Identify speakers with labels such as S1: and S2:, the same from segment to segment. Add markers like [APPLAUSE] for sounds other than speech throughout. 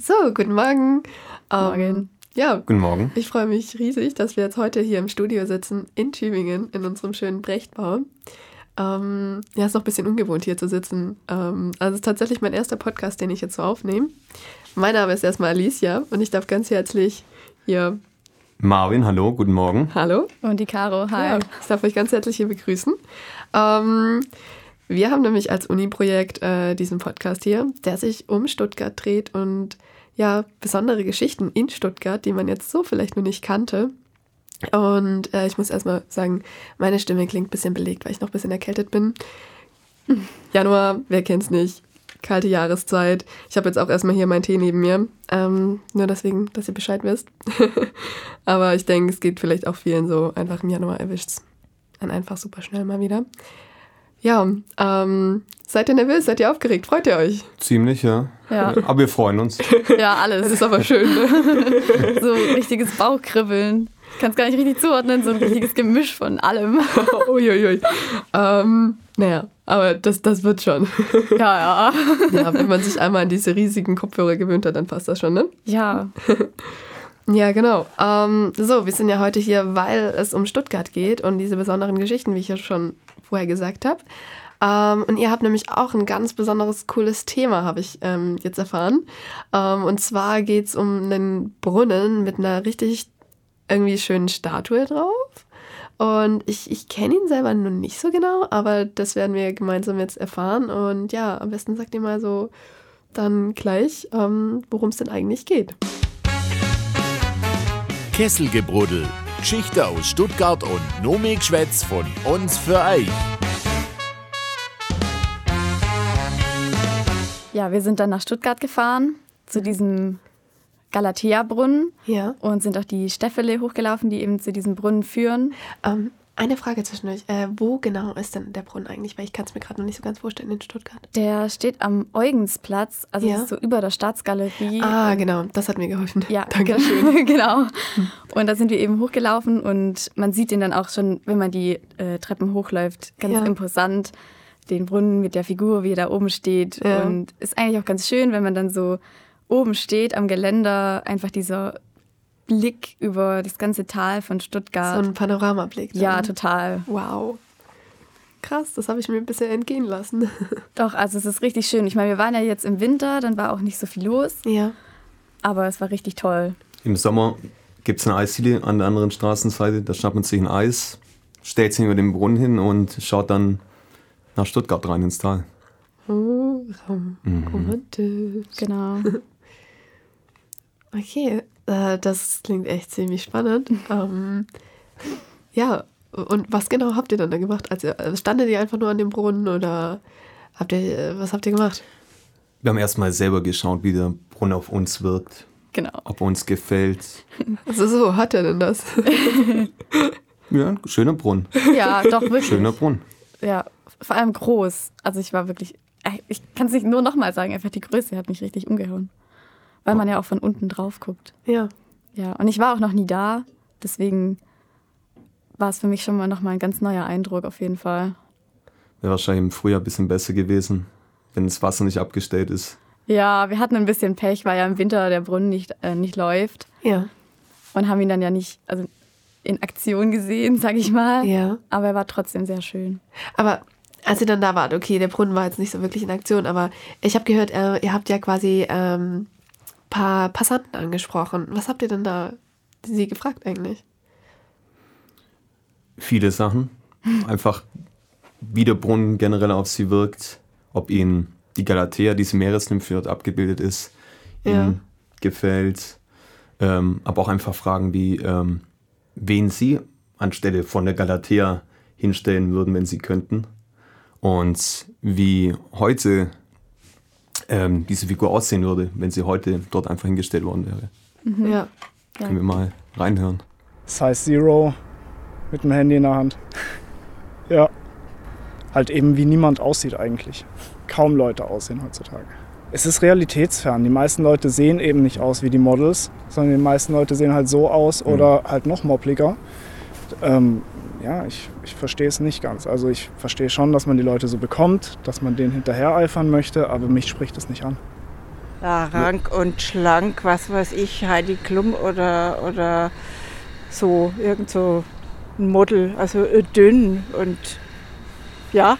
S1: So, guten Morgen. Ähm,
S2: Morgen.
S1: Ja,
S3: Guten Morgen.
S1: ich freue mich riesig, dass wir jetzt heute hier im Studio sitzen in Tübingen in unserem schönen Brechtbau. Ähm, ja, ist noch ein bisschen ungewohnt hier zu sitzen. Ähm, also es ist tatsächlich mein erster Podcast, den ich jetzt so aufnehme. Mein Name ist erstmal Alicia und ich darf ganz herzlich hier
S3: Marvin, hallo, guten Morgen.
S1: Hallo
S2: Und die Caro, hi.
S1: Ja, ich darf euch ganz herzlich hier begrüßen. Ähm, wir haben nämlich als Uni-Projekt äh, diesen Podcast hier, der sich um Stuttgart dreht und ja, besondere Geschichten in Stuttgart, die man jetzt so vielleicht nur nicht kannte. Und äh, ich muss erstmal sagen, meine Stimme klingt ein bisschen belegt, weil ich noch ein bisschen erkältet bin. Januar, wer kennt's nicht? Kalte Jahreszeit. Ich habe jetzt auch erstmal hier meinen Tee neben mir. Ähm, nur deswegen, dass ihr Bescheid wisst. [LAUGHS] Aber ich denke, es geht vielleicht auch vielen so. Einfach im Januar erwischt's dann einfach super schnell mal wieder. Ja, ähm, seid ihr nervös? Seid ihr aufgeregt? Freut ihr euch?
S3: Ziemlich, ja.
S2: Ja.
S3: Aber wir freuen uns.
S2: Ja, alles.
S1: Das ist aber schön. [LAUGHS] Ne?
S2: [LAUGHS] so ein richtiges Bauchkribbeln. Ich kann es gar nicht richtig zuordnen, so ein richtiges Gemisch von allem.
S1: Uiuiui. Ähm, naja, aber das, das wird schon.
S2: [LAUGHS] Ja, ja.
S1: Ja, wenn man sich einmal an diese riesigen Kopfhörer gewöhnt hat, dann passt das schon, ne?
S2: Ja,
S1: Ja, genau. Ähm, so, wir sind ja heute hier, weil es um Stuttgart geht und diese besonderen Geschichten, wie ich ja schon vorher gesagt habe. Ähm, und ihr habt nämlich auch ein ganz besonderes, cooles Thema, habe ich ähm, jetzt erfahren. Ähm, und zwar geht es um einen Brunnen mit einer richtig irgendwie schönen Statue drauf. Und ich, ich kenne ihn selber nur nicht so genau, aber das werden wir gemeinsam jetzt erfahren. Und ja, am besten sagt ihr mal so dann gleich, ähm, worum es denn eigentlich geht.
S4: Kesselgebruddel. Geschichte aus Stuttgart und Nomikschwätz von uns für euch.
S2: ja wir sind dann nach Stuttgart gefahren, zu diesem Galatea-Brunnen
S1: Ja.
S2: und sind auch die Steffele hochgelaufen, die eben zu diesem Brunnen führen.
S1: Ähm, eine Frage zwischendurch. Äh, wo genau ist denn der Brunnen eigentlich? Weil ich kann es mir gerade noch nicht so ganz vorstellen in Stuttgart.
S2: Der steht am Eugensplatz, also
S1: Ja.
S2: das ist so über der Staatsgalerie.
S1: Ah, genau. Das hat mir geholfen.
S2: Ja,
S1: [LAUGHS] danke.
S2: schön. [LAUGHS] genau. Und da sind wir eben hochgelaufen und man sieht den dann auch schon, wenn man die äh, Treppen hochläuft, ganz
S1: Ja.
S2: imposant. Den Brunnen mit der Figur, wie er da oben steht.
S1: Ja.
S2: Und ist eigentlich auch ganz schön, wenn man dann so oben steht am Geländer, einfach dieser Blick über das ganze Tal von
S1: So
S2: Stuttgart.
S1: ein Panoramablick. dann.
S2: ja, total.
S1: Wow. Krass, das habe ich mir bisher entgehen lassen. [LAUGHS]
S2: Doch, also es ist richtig schön. Ich meine, wir waren ja jetzt im Winter, dann war auch nicht so viel los,
S1: ja.
S2: aber es war richtig toll.
S3: Im Sommer gibt es eine Eisdiele an der anderen Straßenseite. Da schnappt man sich ein Eis, stellt sich über den Brunnen hin und schaut dann nach Stuttgart rein ins Tal.
S1: Oh, rom romantisch.
S2: Genau.
S1: Okay, äh, das klingt echt ziemlich
S2: [LAUGHS]
S1: spannend. ähm, ja, und was genau habt ihr dann da gemacht? Also äh, standet ihr einfach nur an dem Brunnen oder habt ihr, äh, was habt ihr gemacht?
S3: Wir haben erstmal selber geschaut, wie der Brunnen auf uns wirkt,
S2: [LAUGHS] genau.
S3: ob er uns gefällt.
S1: Also so, hat er denn
S2: [LAUGHS]
S1: das?
S3: Ja, ein schöner Brunnen.
S2: Ja, doch, wirklich.
S3: Schöner Brunnen.
S2: Ja, vor allem groß. Also ich war wirklich, ich kann es nicht nur nochmal sagen, einfach die Größe hat mich richtig umgehauen. Weil man ja auch von unten drauf guckt.
S1: ja.
S2: Ja, und ich war auch noch nie da, deswegen war es für mich schon mal nochmal ein ganz neuer Eindruck auf jeden Fall.
S3: Wäre wahrscheinlich im Frühjahr ein bisschen besser gewesen, wenn das Wasser nicht abgestellt ist.
S2: Ja, wir hatten ein bisschen Pech, weil ja im Winter der Brunnen nicht, äh, nicht läuft
S1: Ja.
S2: und haben ihn dann ja nicht also in Aktion gesehen, [LAUGHS] sag ich mal.
S1: Ja.
S2: Aber er war trotzdem sehr schön.
S1: Aber als ihr dann da wart, okay, der Brunnen war jetzt nicht so wirklich in Aktion, aber ich habe gehört, äh, ihr habt ja quasi ähm, paar Passanten angesprochen. Was habt ihr denn da sie gefragt eigentlich?
S3: viele Sachen. Einfach wie der Brunnen generell auf sie wirkt, ob ihnen die Galatea, diese Meeresnymphe dort abgebildet ist,
S1: Ja.
S3: ihnen gefällt. Ähm, aber auch einfach Fragen wie, ähm, wen sie anstelle von der Galatea hinstellen würden, wenn sie könnten. Und wie heute ähm, diese Figur aussehen würde, wenn sie heute dort einfach hingestellt worden wäre.
S1: Ja.
S2: Ja.
S3: Können wir mal reinhören.
S5: Size Zero mit dem Handy in der Hand. [LAUGHS] Ja. Halt eben wie niemand aussieht eigentlich. Kaum Leute aussehen heutzutage. Es ist realitätsfern. Die meisten Leute sehen eben nicht aus wie die Models, sondern die meisten Leute sehen halt so aus oder halt noch moppliger. Ähm, ja, ich, ich verstehe es nicht ganz. Also ich verstehe schon, dass man die Leute so bekommt, dass man denen hinterhereifern möchte, aber mich spricht es nicht an.
S6: da rank und schlank, was weiß ich, Heidi Klum oder, oder so, irgend so ein Model, also äh, dünn und ja,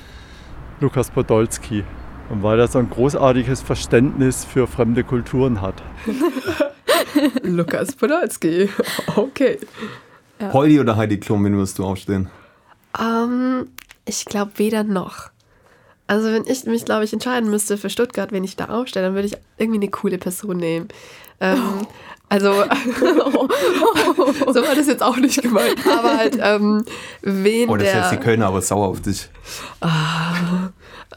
S7: Lukas Podolski, weil er so ein großartiges Verständnis für fremde Kulturen hat.
S1: [LAUGHS] Lukas Podolski. [LAUGHS] Okay.
S2: Ja.
S3: Heidi oder Heidi Klum, wen würdest du aufstehen?
S1: Ähm, ich glaube weder noch. Also wenn ich mich, glaube ich, entscheiden müsste für Stuttgart, wen ich da aufstelle, dann würde ich irgendwie eine coole Person nehmen. Ähm, [LAUGHS] Also so war das jetzt auch nicht gemeint. Aber halt, ähm, wen
S3: Oh, das ist jetzt die
S1: der...
S3: Kölner aber sauer auf dich.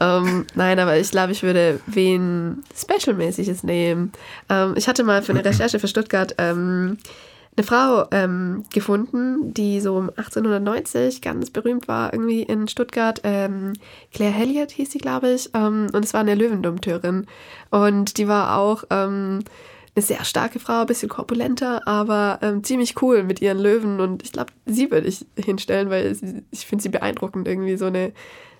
S1: Ähm, nein, aber ich glaube, ich würde wen Specialmäßiges nehmen. Ähm, ich hatte mal für eine Recherche für Stuttgart ähm, eine Frau ähm, gefunden, die so um 1890 ganz berühmt war, irgendwie in Stuttgart. Ähm, Claire Helliot hieß sie, glaube ich. Ähm, und es war eine Löwendompteurin. Und die war auch ähm, eine sehr starke Frau, ein bisschen korpulenter, aber ähm, ziemlich cool mit ihren Löwen. Und ich glaube, sie würde ich hinstellen, weil sie, ich finde sie beeindruckend, irgendwie so eine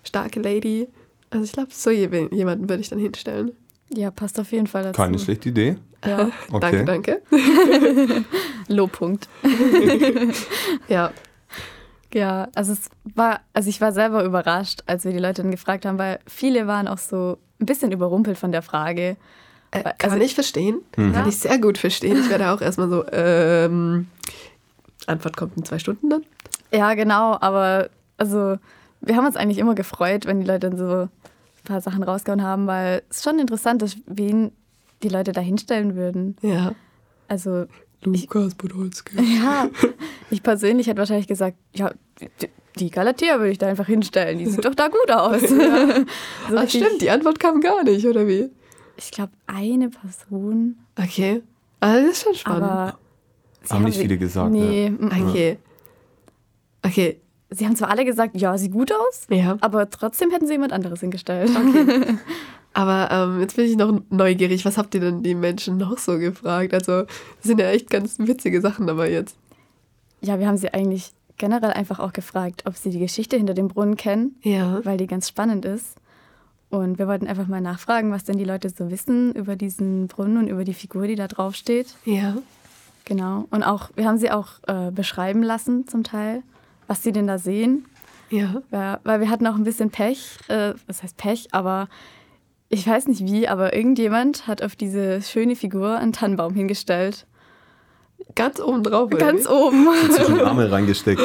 S1: starke Lady. Also ich glaube, so je- jemanden würde ich dann hinstellen. [LAUGHS]
S2: Ja, passt auf jeden Fall dazu.
S3: Keine schlechte Idee.
S2: Ja,
S3: Okay.
S1: Danke, danke.
S2: Lobpunkt.
S1: [LAUGHS] Ja,
S2: Ja, also es war, also ich war selber überrascht, als wir die Leute dann gefragt haben, weil viele waren auch so ein bisschen überrumpelt von der Frage.
S1: äh,
S2: Aber-
S1: kann
S2: also-
S1: ich verstehen. Kann ich sehr gut verstehen. Ich werde auch erstmal so, ähm, Antwort kommt in zwei Stunden dann.
S2: Ja, genau, aber also wir haben uns eigentlich immer gefreut, wenn die Leute dann so ein paar Sachen rausgehauen haben, weil es schon interessant ist, wen die Leute da hinstellen würden.
S1: Ja.
S2: Also
S1: Lukas Podolski.
S2: ja, ich persönlich hätte wahrscheinlich gesagt, ja, die- die Galatea würde ich da einfach hinstellen, die sieht doch da gut
S1: [LAUGHS]
S2: aus. So
S1: [LAUGHS] Ah,
S2: richtig-
S1: stimmt, die Antwort kam gar nicht, oder wie?
S2: Ich glaube, eine Person
S1: Okay. Also das ist schon spannend. Mhm.
S2: Aber sie
S3: Haben nicht
S2: sie-
S3: viele gesagt, ne?
S2: Nee, mm, mm.
S1: okay. Okay,
S2: Sie haben zwar alle gesagt, ja, sieht gut aus,
S1: ja.
S2: aber trotzdem hätten sie jemand anderes hingestellt.
S1: Aber ähm, jetzt bin ich noch neugierig. Was habt ihr denn die Menschen noch so gefragt? Also, das sind ja echt ganz witzige Sachen dabei jetzt.
S2: [LAUGHS] Ja, wir haben sie eigentlich generell einfach auch gefragt, ob sie die Geschichte hinter dem Brunnen kennen,
S1: Ja.
S2: weil die ganz spannend ist. Und wir wollten einfach mal nachfragen, was denn die Leute so wissen über diesen Brunnen und über die Figur, die da drauf steht.
S1: Ja.
S2: Genau. Und auch, wir haben sie auch äh, beschreiben lassen zum Teil, was sie denn da sehen.
S1: Ja.
S2: Ja, weil wir hatten auch ein bisschen Pech. Äh, das heißt Pech, aber ich weiß nicht wie, aber irgendjemand hat auf diese schöne Figur einen Tannenbaum hingestellt.
S1: Ganz oben drauf. oder
S2: Ganz
S1: wie?
S2: oben.
S3: Zwischen den Ärmel reingesteckt.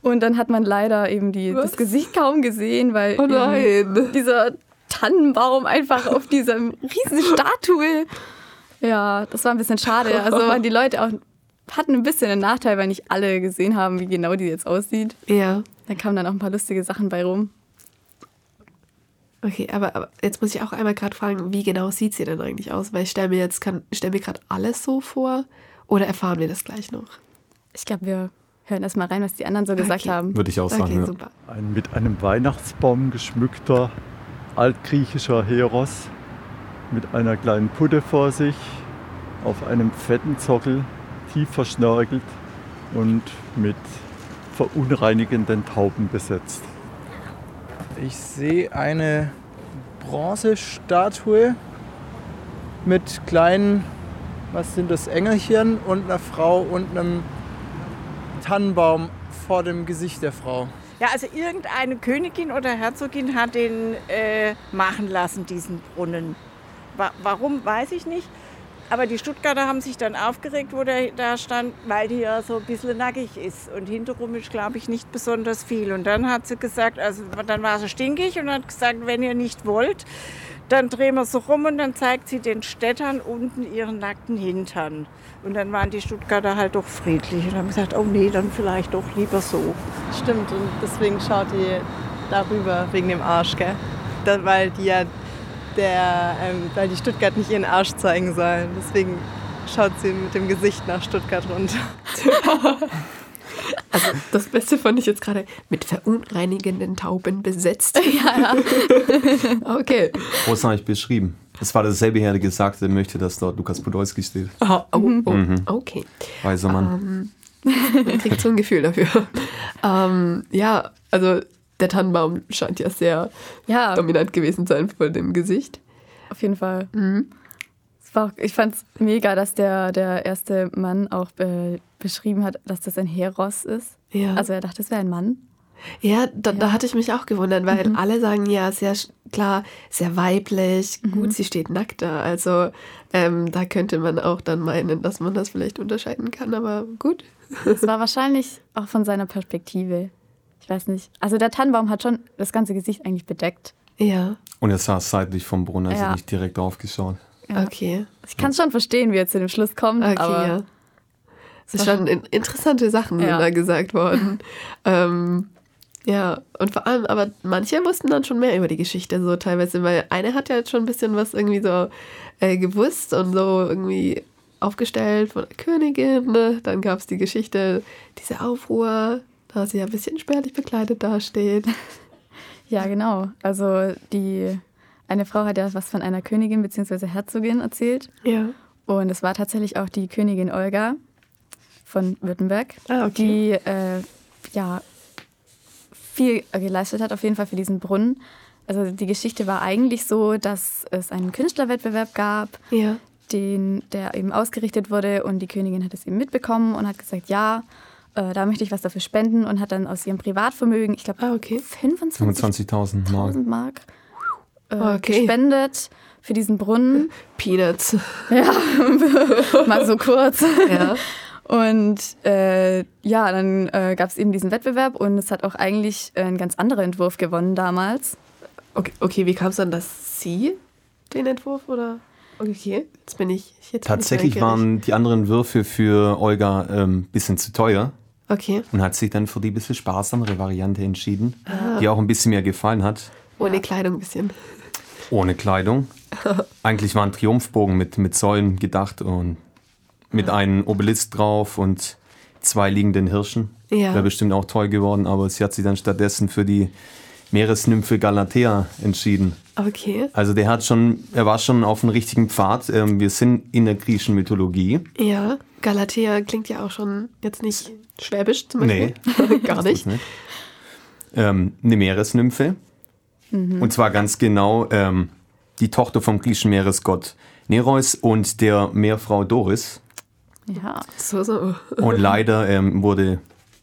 S2: Und dann hat man leider eben die,
S1: Was?
S2: das Gesicht kaum gesehen, weil
S1: Oh
S2: eben
S1: nein.
S2: dieser Tannenbaum einfach auf dieser riesen Statue. Ja, das war ein bisschen schade. Also waren die Leute auch hatten ein bisschen einen Nachteil, weil nicht alle gesehen haben, wie genau die jetzt aussieht.
S1: Ja.
S2: Da kamen dann auch ein paar lustige Sachen bei rum.
S1: Okay, aber, aber jetzt muss ich auch einmal gerade fragen, wie genau sieht sie denn eigentlich aus? Weil ich stelle mir jetzt kann, stell mir gerade alles so vor. Oder erfahren wir das gleich noch?
S2: Ich glaube, wir hören erst mal rein, was die anderen so gesagt
S1: Okay.
S2: haben.
S3: Würde ich auch sagen.
S1: Okay,
S3: ja.
S1: super.
S7: Ein mit einem Weihnachtsbaum geschmückter altgriechischer Heros mit einer kleinen Putte vor sich, auf einem fetten Zockel, tief verschnörkelt und mit verunreinigenden Tauben besetzt.
S8: Ich sehe eine Bronzestatue mit kleinen, was sind das, Engelchen und einer Frau und einem Tannenbaum vor dem Gesicht der Frau.
S6: Ja, also irgendeine Königin oder Herzogin hat den äh, machen lassen, diesen Brunnen. Wa warum, weiß ich nicht. Aber die Stuttgarter haben sich dann aufgeregt, wo der da stand, weil die ja so ein bisschen nackig ist. Und hintenrum ist, glaube ich, nicht besonders viel. Und dann hat sie gesagt, also dann war sie stinkig und hat gesagt, wenn ihr nicht wollt, dann drehen wir so rum und dann zeigt sie den Städtern unten ihren nackten Hintern. Und dann waren die Stuttgarter halt doch friedlich und haben gesagt, oh nee, dann vielleicht doch lieber so.
S9: Stimmt, und deswegen schaut die darüber, wegen dem Arsch, gell? Da, weil die ja der, ähm, weil die Stuttgart nicht ihren Arsch zeigen sollen. Deswegen schaut sie mit dem Gesicht nach Stuttgart runter.
S1: Also, das Beste fand ich jetzt gerade mit verunreinigenden Tauben besetzt.
S2: [LAUGHS] Ja, ja.
S1: [LAUGHS] Okay.
S3: Groß habe ich beschrieben. Es war dasselbe Herr, der gesagt hat, er möchte, dass dort Lukas Podolski steht.
S1: Oh, oh,
S2: Mhm.
S1: oh. Okay.
S3: Weiser Mann.
S1: Ähm, man kriegt so ein Gefühl dafür. Ähm, ja, also der Tannenbaum scheint ja sehr
S2: ja
S1: dominant gewesen zu sein vor dem Gesicht.
S2: auf jeden Fall.
S1: Mhm.
S2: Es war auch, ich fand es mega, dass der, der erste Mann auch äh, beschrieben hat, dass das ein Heros ist.
S1: Ja.
S2: Also er dachte, es wäre ein Mann.
S1: Ja, Mhm. da, da hatte ich mich auch gewundert, weil alle sagen ja sehr sch- klar, sehr weiblich, gut, sie steht nackt da. Also ähm, da könnte man auch dann meinen, dass man das vielleicht unterscheiden kann, aber gut.
S2: Es war wahrscheinlich auch von seiner Perspektive. Ich weiß nicht. Also der Tannenbaum hat schon das ganze Gesicht eigentlich bedeckt.
S1: Ja,
S3: Und er saß seitlich vom Brunnen, also
S2: Ja.
S3: nicht direkt draufgeschaut.
S1: okay.
S2: Ich kann schon verstehen, wie er zu dem Schluss kommt.
S1: Okay,
S2: aber
S1: ja. Es ist schon in, interessante Sachen sind
S2: Ja.
S1: da gesagt worden. ähm, ja, und vor allem, aber manche wussten dann schon mehr über die Geschichte so teilweise, weil eine hat ja jetzt schon ein bisschen was irgendwie so äh, gewusst und so irgendwie aufgestellt von der Königin. Ne? Dann gab es die Geschichte, diese Aufruhr, da sie ja ein bisschen spärlich bekleidet dasteht.
S2: Ja, genau. Also die eine Frau hat ja was von einer Königin bzw. Herzogin erzählt.
S1: Ja.
S2: Und es war tatsächlich auch die Königin Olga von Württemberg,
S1: Ah, okay.
S2: die äh, ja viel geleistet hat, auf jeden Fall für diesen Brunnen. Also die Geschichte war eigentlich so, dass es einen Künstlerwettbewerb gab,
S1: Ja.
S2: den, der eben ausgerichtet wurde und die Königin hat es eben mitbekommen und hat gesagt, ja, äh, da möchte ich was dafür spenden und hat dann aus ihrem Privatvermögen, ich glaube,
S1: Ah, okay.
S2: 25
S3: 25.000 Mark.
S2: 1000 Mark äh,
S1: Ah, Okay.
S2: gespendet für diesen Brunnen.
S1: Peanuts.
S2: Mal
S1: [LAUGHS]
S2: so kurz.
S1: Ja.
S2: Und äh, ja, dann äh, gab es eben diesen Wettbewerb und es hat auch eigentlich äh, ein ganz anderer Entwurf gewonnen damals.
S1: Okay, okay wie kam es dann, dass sie den Entwurf oder? Okay, jetzt bin ich. Jetzt bin ich
S3: Tatsächlich
S1: neugierig.
S3: waren die anderen Würfe für Olga ein ähm, bisschen zu teuer
S1: Okay,
S3: und hat sich dann für die bisschen sparsamere Variante entschieden,
S1: Ah.
S3: die auch ein bisschen mehr gefallen hat.
S1: ohne Kleidung ein bisschen.
S3: Ohne Kleidung. Eigentlich war ein Triumphbogen mit, mit Säulen gedacht und mit einem Obelisk drauf und zwei liegenden Hirschen.
S1: Ja.
S3: Wäre bestimmt auch toll geworden, aber sie hat sich dann stattdessen für die Meeresnymphe Galatea entschieden.
S1: Okay,
S3: Also der hat schon, er war schon auf dem richtigen Pfad. Ähm, wir sind in der griechischen Mythologie.
S1: ja. Galatea klingt ja auch schon jetzt nicht schwäbisch zum Beispiel. [LAUGHS]
S3: [LAUGHS]
S1: Gar nicht.
S3: Ne? Ähm, eine Meeresnymphe. Und zwar ganz genau ähm, die Tochter vom griechischen Meeresgott Nereus und der Meerfrau Doris.
S2: Ja.
S1: So, oh, so.
S3: Und leider ähm, wurde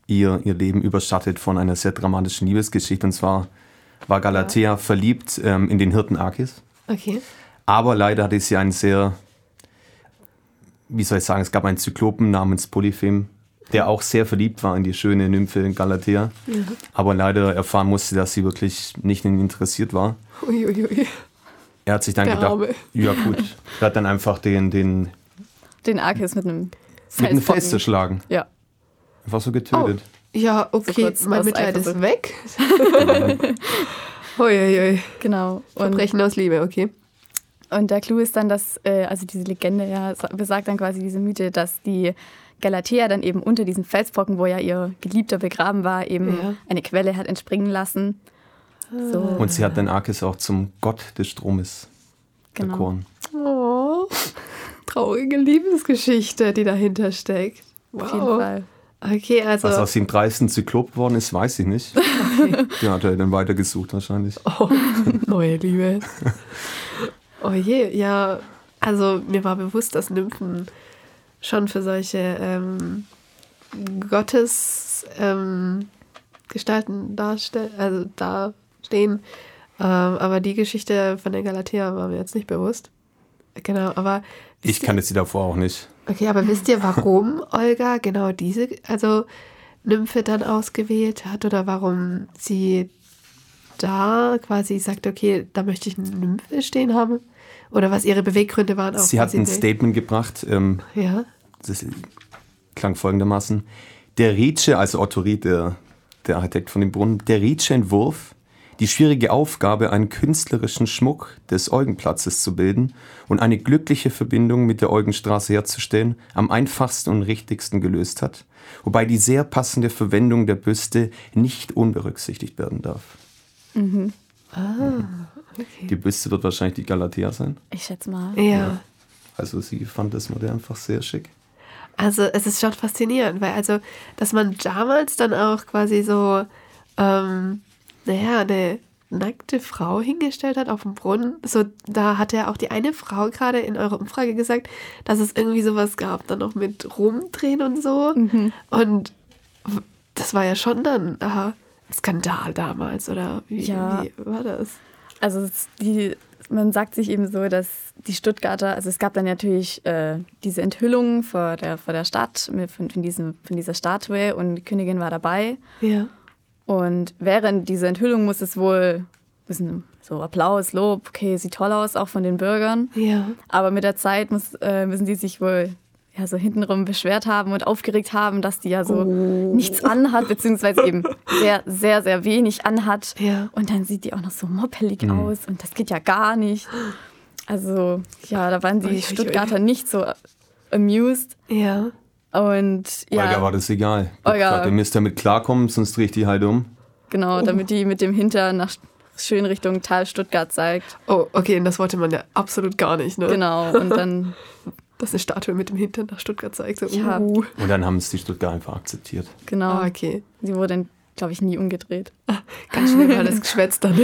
S3: ihr, ihr Leben überschattet von einer sehr dramatischen Liebesgeschichte. Und zwar war Galatea verliebt ähm, in den Hirten Arkis.
S1: Okay.
S3: Aber leider hatte sie einen sehr, wie soll ich sagen, es gab einen Zyklopen namens Polyphem, der auch sehr verliebt war in die schöne Nymphe Galatea. Aber leider erfahren musste, dass sie wirklich nicht in ihn interessiert war.
S1: Uiuiui.
S3: Er hat sich dann
S1: Der
S3: gedacht,
S1: Arme.
S3: ja gut, er hat dann einfach den, den
S2: Den Arkis mit einem
S3: mit einem
S2: Felsbrocken.
S3: Fels zerschlagen.
S2: Ja.
S3: Einfach so getötet.
S1: Ja, okay,
S2: kurz
S1: mein
S2: aus
S1: Mitleid ist
S2: Eifersucht.
S1: weg.
S2: [LAUGHS]
S1: Uiuiui.
S2: Genau. Und,
S1: Verbrechen aus Liebe, okay.
S2: und der Clou ist dann, dass, äh, also diese Legende ja, sa- besagt dann quasi diese Mythe, dass die Galatea dann eben unter diesem Felsbrocken, wo ja ihr Geliebter begraben war, eben
S1: Ja.
S2: eine Quelle hat entspringen lassen. So,
S3: Und sie hat den Arkis auch zum Gott des Stromes
S2: genau.
S3: erkoren.
S1: Oh, traurige Liebesgeschichte, die dahinter steckt. Wow.
S2: Auf jeden Fall.
S1: Okay, also.
S3: Was aus dem dreisten Zyklop geworden ist, weiß ich nicht. Ja, hat er dann weitergesucht wahrscheinlich.
S1: Oh, [LAUGHS] neue Liebe. Oh je, ja. Also mir war bewusst, dass Nymphen schon für solche ähm, Gottes ähm, Gestalten darstell also dastehen. Ähm, aber die Geschichte von der Galatea war mir jetzt nicht bewusst. Genau, aber
S3: Ich kannte sie davor auch nicht.
S1: okay, aber wisst ihr, warum
S3: [LAUGHS]
S1: Olga genau diese, also Nymphe dann ausgewählt hat oder warum sie da quasi sagt, okay, da möchte ich eine Nymphe stehen haben? Oder was ihre Beweggründe waren? Auch,
S3: Sie hat
S1: wenn
S3: ein
S1: will-
S3: Statement gebracht, ähm,
S1: Ja,
S3: das klang folgendermaßen. Der Rietsche, also Otto Riet, der, der Architekt von dem Brunnen, der Rietsche-Entwurf, die schwierige Aufgabe, einen künstlerischen Schmuck des Eugenplatzes zu bilden und eine glückliche Verbindung mit der Eugenstraße herzustellen, am einfachsten und richtigsten gelöst hat, wobei die sehr passende Verwendung der Büste nicht unberücksichtigt werden darf. Die Büste wird wahrscheinlich die Galatea sein.
S2: Ich schätze mal.
S1: ja.
S3: Also sie fand das Modell einfach sehr schick.
S1: Also es ist schon faszinierend, weil also, dass man damals dann auch quasi so, ähm, naja, eine nackte Frau hingestellt hat auf dem Brunnen. So, da hatte ja auch die eine Frau gerade in eurer Umfrage gesagt, dass es irgendwie sowas gab, dann noch mit rumdrehen und so. Und w- das war ja schon dann aha, Skandal damals, oder wie,
S2: Ja.
S1: wie war das?
S2: Also es- die, man sagt sich eben so, dass die Stuttgarter, also es gab dann natürlich äh, diese Enthüllung vor der, vor der Stadt mit, von, von, diesem, von dieser Statue und die Königin war dabei.
S1: Ja.
S2: Und während dieser Enthüllung muss es wohl wissen, so Applaus, Lob, okay, sieht toll aus, auch von den Bürgern.
S1: Ja.
S2: Aber mit der Zeit muss, äh, müssen die sich wohl ja, so hintenrum beschwert haben und aufgeregt haben, dass die ja so
S1: Oh.
S2: nichts anhat, beziehungsweise eben sehr, sehr, sehr wenig anhat.
S1: Ja.
S2: Und dann sieht die auch noch so moppelig
S3: Mhm.
S2: aus und das geht ja gar nicht. Also ja, da waren die
S1: Ui, ui, ui.
S2: Stuttgarter nicht so amused.
S1: Ja.
S2: Und ja,
S3: Olga war das egal.
S2: Olga-
S3: Sagt, Ihr müsst damit klarkommen, sonst drehe ich die halt um.
S1: Oh.
S2: genau, damit die mit dem Hintern nach schön Richtung Tal Stuttgart zeigt.
S1: Oh, okay, und das wollte man ja absolut gar nicht, ne?
S2: Genau, und dann
S1: Dass eine Statue mit dem Hintern nach Stuttgart zeigt. So,
S2: Ja.
S1: uh.
S3: Und dann haben es die Stuttgart einfach akzeptiert.
S2: genau,
S1: Ah, okay. Ah,
S2: sie wurde glaube ich nie umgedreht.
S1: Ganz schön mal
S2: [LAUGHS]
S1: das Geschwätz dann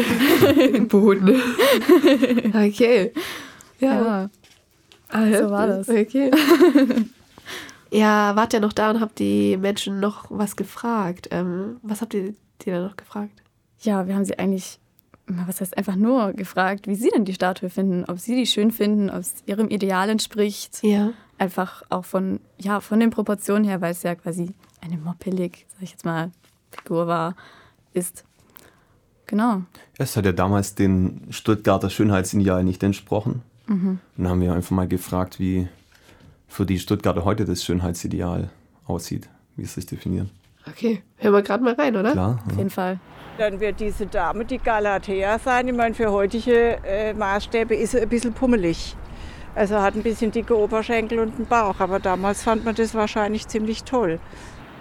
S1: im Boden. Okay. Ja. Ah, ja.
S2: So war das. [LAUGHS]
S1: Okay. ja, wart ihr noch da und habt die Menschen noch was gefragt? Ähm, was habt ihr die da noch gefragt?
S2: Ja, wir haben sie eigentlich, na, was heißt einfach nur gefragt, wie sie denn die Statue finden, ob sie die schön finden, ob es ihrem Ideal entspricht.
S1: Ja.
S2: Einfach auch von, ja, von den Proportionen her, weil es ja quasi eine moppelig, sag ich jetzt mal, Figur war, ist. Genau.
S3: Es hat ja damals den Stuttgarter Schönheitsideal nicht entsprochen.
S2: Mhm.
S3: Und dann haben wir einfach mal gefragt, wie für die Stuttgarter heute das Schönheitsideal aussieht, wie es sich definiert.
S1: Okay. Hören wir gerade mal rein, oder?
S3: Klar.
S2: Auf jeden Fall.
S6: Dann wird diese Dame die Galatea sein. Ich meine, für heutige äh, Maßstäbe ist sie ein bisschen pummelig. Also hat ein bisschen dicke Oberschenkel und einen Bauch. Aber damals fand man das wahrscheinlich ziemlich toll.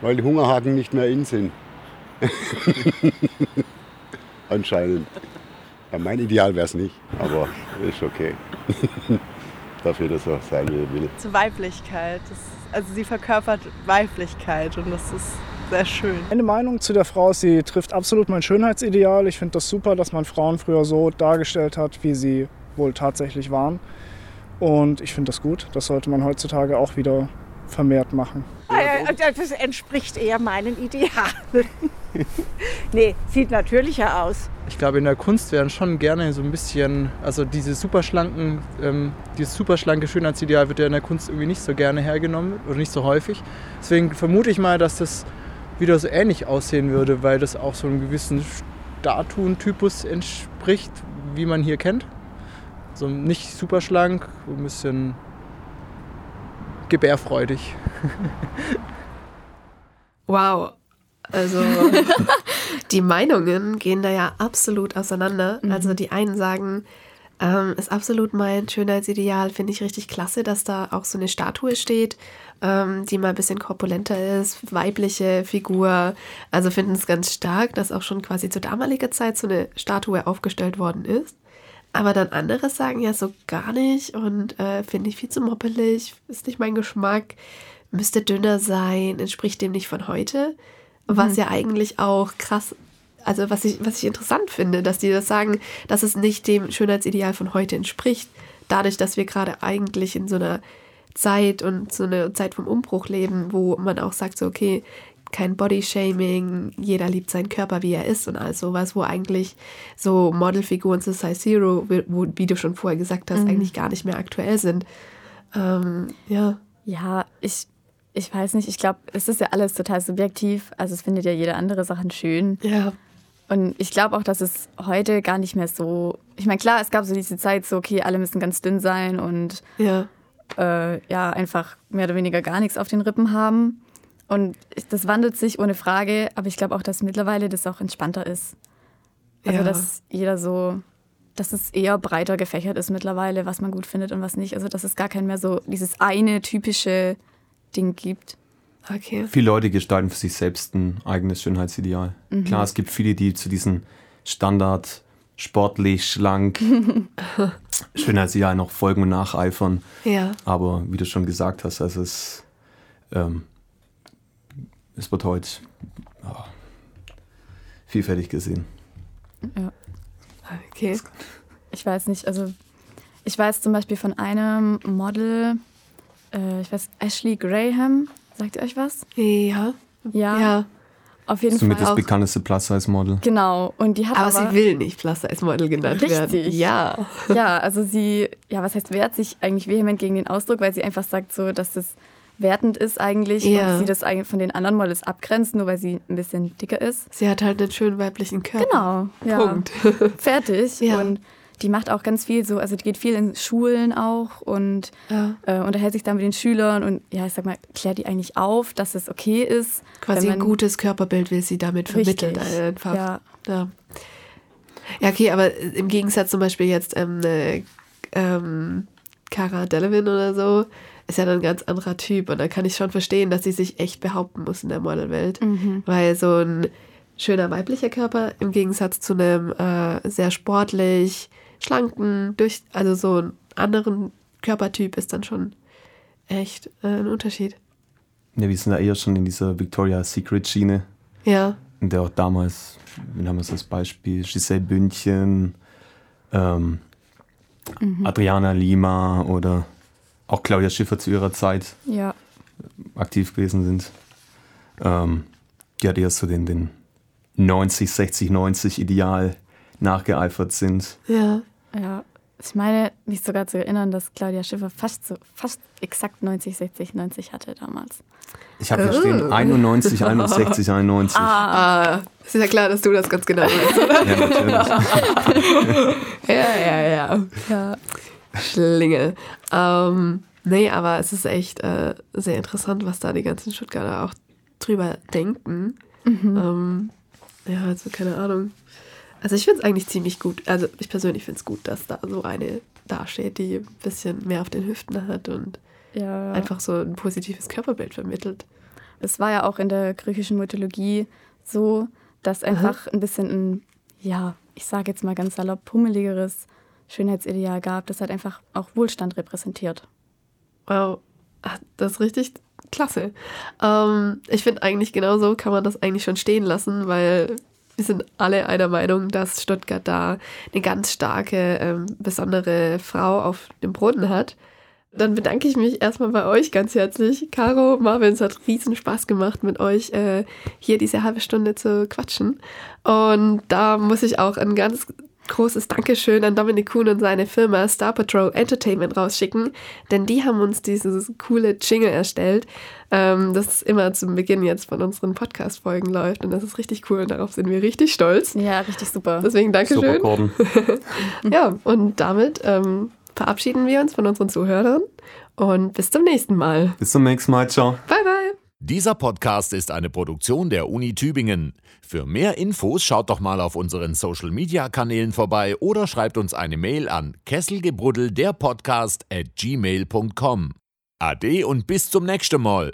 S10: weil die Hungerhaken nicht mehr in sind. Anscheinend. Ja, mein Ideal wäre es nicht, aber ist okay. Dafür, dass er sein wie er will.
S9: Zur Weiblichkeit. Das, also sie verkörpert Weiblichkeit und das ist sehr schön.
S5: Meine Meinung zu der Frau ist, sie trifft absolut mein Schönheitsideal. Ich finde das super, dass man Frauen früher so dargestellt hat, wie sie wohl tatsächlich waren. Und ich finde das gut. Das sollte man heutzutage auch wieder vermehrt machen.
S6: Äh, Das entspricht eher meinen Idealen. [LAUGHS] nee, sieht natürlicher aus.
S8: Ich glaube, in der Kunst wären schon gerne so ein bisschen, also diese superschlanken, ähm, dieses superschlanke Schönheitsideal wird ja in der Kunst irgendwie nicht so gerne hergenommen oder nicht so häufig. Deswegen vermute ich mal, dass das wieder so ähnlich aussehen würde, weil das auch so einem gewissen Statuentypus entspricht, wie man hier kennt. So also nicht superschlank, ein bisschen gebärfreudig.
S1: Wow. Also die Meinungen gehen da ja absolut auseinander. Also die einen sagen, ähm, ist absolut mein Schönheitsideal, finde ich richtig klasse, dass da auch so eine Statue steht, ähm, die mal ein bisschen korpulenter ist, weibliche Figur. Also finden es ganz stark, dass auch schon quasi zur damaliger Zeit so eine Statue aufgestellt worden ist. Aber dann andere sagen ja so gar nicht und äh, finde ich viel zu moppelig, ist nicht mein Geschmack, müsste dünner sein, entspricht dem nicht von heute. Was ja eigentlich auch krass, also was ich, was ich interessant finde, dass die das sagen, dass es nicht dem Schönheitsideal von heute entspricht. Dadurch, dass wir gerade eigentlich in so einer Zeit und so einer Zeit vom Umbruch leben, wo man auch sagt, so, okay, kein Bodyshaming, jeder liebt seinen Körper, wie er ist und all sowas, wo eigentlich so Modelfiguren zu Size Zero, wo, wie du schon vorher gesagt hast, eigentlich gar nicht mehr aktuell sind. Ähm, ja.
S2: Ja, ich, ich weiß nicht. Ich glaube, es ist ja alles total subjektiv. Also es findet ja jeder andere Sachen schön.
S1: Ja.
S2: Und ich glaube auch, dass es heute gar nicht mehr so. Ich meine, klar, es gab so diese Zeit, so, okay, alle müssen ganz dünn sein und
S1: Ja.
S2: äh, ja, einfach mehr oder weniger gar nichts auf den Rippen haben. Und ich- das wandelt sich ohne Frage, aber ich glaube auch, dass mittlerweile das auch entspannter ist. Also,
S1: ja.
S2: dass jeder so, dass es eher breiter gefächert ist mittlerweile, was man gut findet und was nicht. Also, dass es gar kein mehr so dieses eine typische Ding gibt.
S1: Okay.
S3: Viele Leute gestalten für sich selbst ein eigenes Schönheitsideal.
S2: Mhm.
S3: Klar, es gibt viele, die zu diesem Standard sportlich,
S2: [LAUGHS]
S3: schlank, Schönheitsideal noch folgen und nacheifern.
S1: Ja.
S3: Aber wie du schon gesagt hast, also es, ähm, es wird heute ah, vielfältig gesehen.
S2: Ja.
S1: Okay.
S2: Ich weiß nicht, also ich weiß zum Beispiel von einem Model, äh, ich weiß, Ashley Graham, sagt ihr euch was?
S1: Ja.
S2: Ja,
S1: Ja.
S2: auf jeden
S3: Somit das
S2: Fall.
S3: bekannteste Plus-Size-Model.
S2: Genau, und die hat
S1: Aber,
S2: aber,
S1: sie will nicht Plus-Size-Model genannt werden.
S2: Richtig.
S1: Ja.
S2: Ja, also sie, ja, was heißt, wehrt sich eigentlich vehement gegen den Ausdruck, weil sie einfach sagt so, dass das wertend ist eigentlich
S1: Ja.
S2: und sie das eigentlich von den anderen Models abgrenzt, nur weil sie ein bisschen dicker ist.
S1: Sie hat halt einen schönen weiblichen Körper.
S2: Genau, ja.
S1: Punkt.
S2: Fertig.
S1: Ja.
S2: Und die macht auch ganz viel so, also die geht viel in Schulen auch und
S1: Ja.
S2: äh, unterhält sich dann mit den Schülern und ja, ich sag mal, klärt die eigentlich auf, dass es okay ist.
S1: Quasi
S2: wenn
S1: ein
S2: man-
S1: gutes Körperbild will sie damit vermitteln
S2: Richtig,
S1: einfach.
S2: ja.
S1: ja. Ja, okay, aber äh, im Gegensatz zum Beispiel jetzt ähm, ne, ähm, Cara Delevingne oder so, ist ja dann ein ganz anderer Typ und da kann ich schon verstehen, dass sie sich echt behaupten muss in der Modelwelt, weil so ein schöner weiblicher Körper im Gegensatz zu einem äh, sehr sportlich, schlanken, durch, also so einen anderen Körpertyp ist dann schon echt äh, ein Unterschied.
S3: Ja, wir sind da eher schon in dieser Victoria's Secret-Schiene,
S1: Ja,
S3: in der auch damals, wir haben es als Beispiel, Giselle Bündchen, ähm,
S2: Mhm.
S3: Adriana Lima oder auch Claudia Schiffer zu ihrer Zeit
S2: Ja,
S3: aktiv gewesen sind. Ähm, die hat eher so den, den 90, 60, 90 Ideal nachgeeifert sind.
S1: ja.
S2: ja. Ich meine, mich sogar zu erinnern, dass Claudia Schiffer fast so, fast exakt 90, 60, 90 hatte damals.
S3: Ich habe hier stehen 91, 61, 91.
S1: Ah, ist ja klar, dass du das ganz genau weißt.
S3: Ja,
S1: [LAUGHS]
S3: natürlich.
S1: ja, ja, ja.
S2: Ja.
S1: Schlinge. Ähm, nee, aber es ist echt äh, sehr interessant, was da die ganzen Stuttgarter auch drüber denken. Ähm, ja, also keine Ahnung. Also ich finde es eigentlich ziemlich gut. Also ich persönlich finde es gut, dass da so eine dasteht, die ein bisschen mehr auf den Hüften hat und
S2: Ja.
S1: einfach so ein positives Körperbild vermittelt.
S2: Es war ja auch in der griechischen Mythologie so, dass einfach ein bisschen ein, ja, ich sage jetzt mal ganz salopp, hummeligeres Schönheitsideal gab. Das hat einfach auch Wohlstand repräsentiert.
S1: Wow, Ach, das ist richtig klasse. Ähm, ich finde eigentlich genau so kann man das eigentlich schon stehen lassen, weil wir sind alle einer Meinung, dass Stuttgart da eine ganz starke, ähm, besondere Frau auf dem Boden hat. Dann bedanke ich mich erstmal bei euch ganz herzlich. Caro, Marvin, es hat riesen Spaß gemacht, mit euch äh, hier diese halbe Stunde zu quatschen. Und da muss ich auch ein ganz großes Dankeschön an Dominik Kuhn und seine Firma Star Patrol Entertainment rausschicken, denn die haben uns dieses coole Jingle erstellt, ähm, das immer zum Beginn jetzt von unseren Podcast-Folgen läuft. Und das ist richtig cool und darauf sind wir richtig stolz.
S2: Ja, richtig super.
S1: Deswegen
S3: Super
S1: Dankeschön.
S3: Gordon.
S1: Ja, und damit ähm, verabschieden wir uns von unseren Zuhörern und bis zum nächsten Mal.
S3: Bis zum nächsten Mal. Ciao.
S1: Bye, bye.
S4: Dieser Podcast ist eine Produktion der Uni Tübingen. Für mehr Infos schaut doch mal auf unseren Social Media Kanälen vorbei oder schreibt uns eine Mail an kesselgebruddel der Podcast at gmail.com. Ade und bis zum nächsten Mal.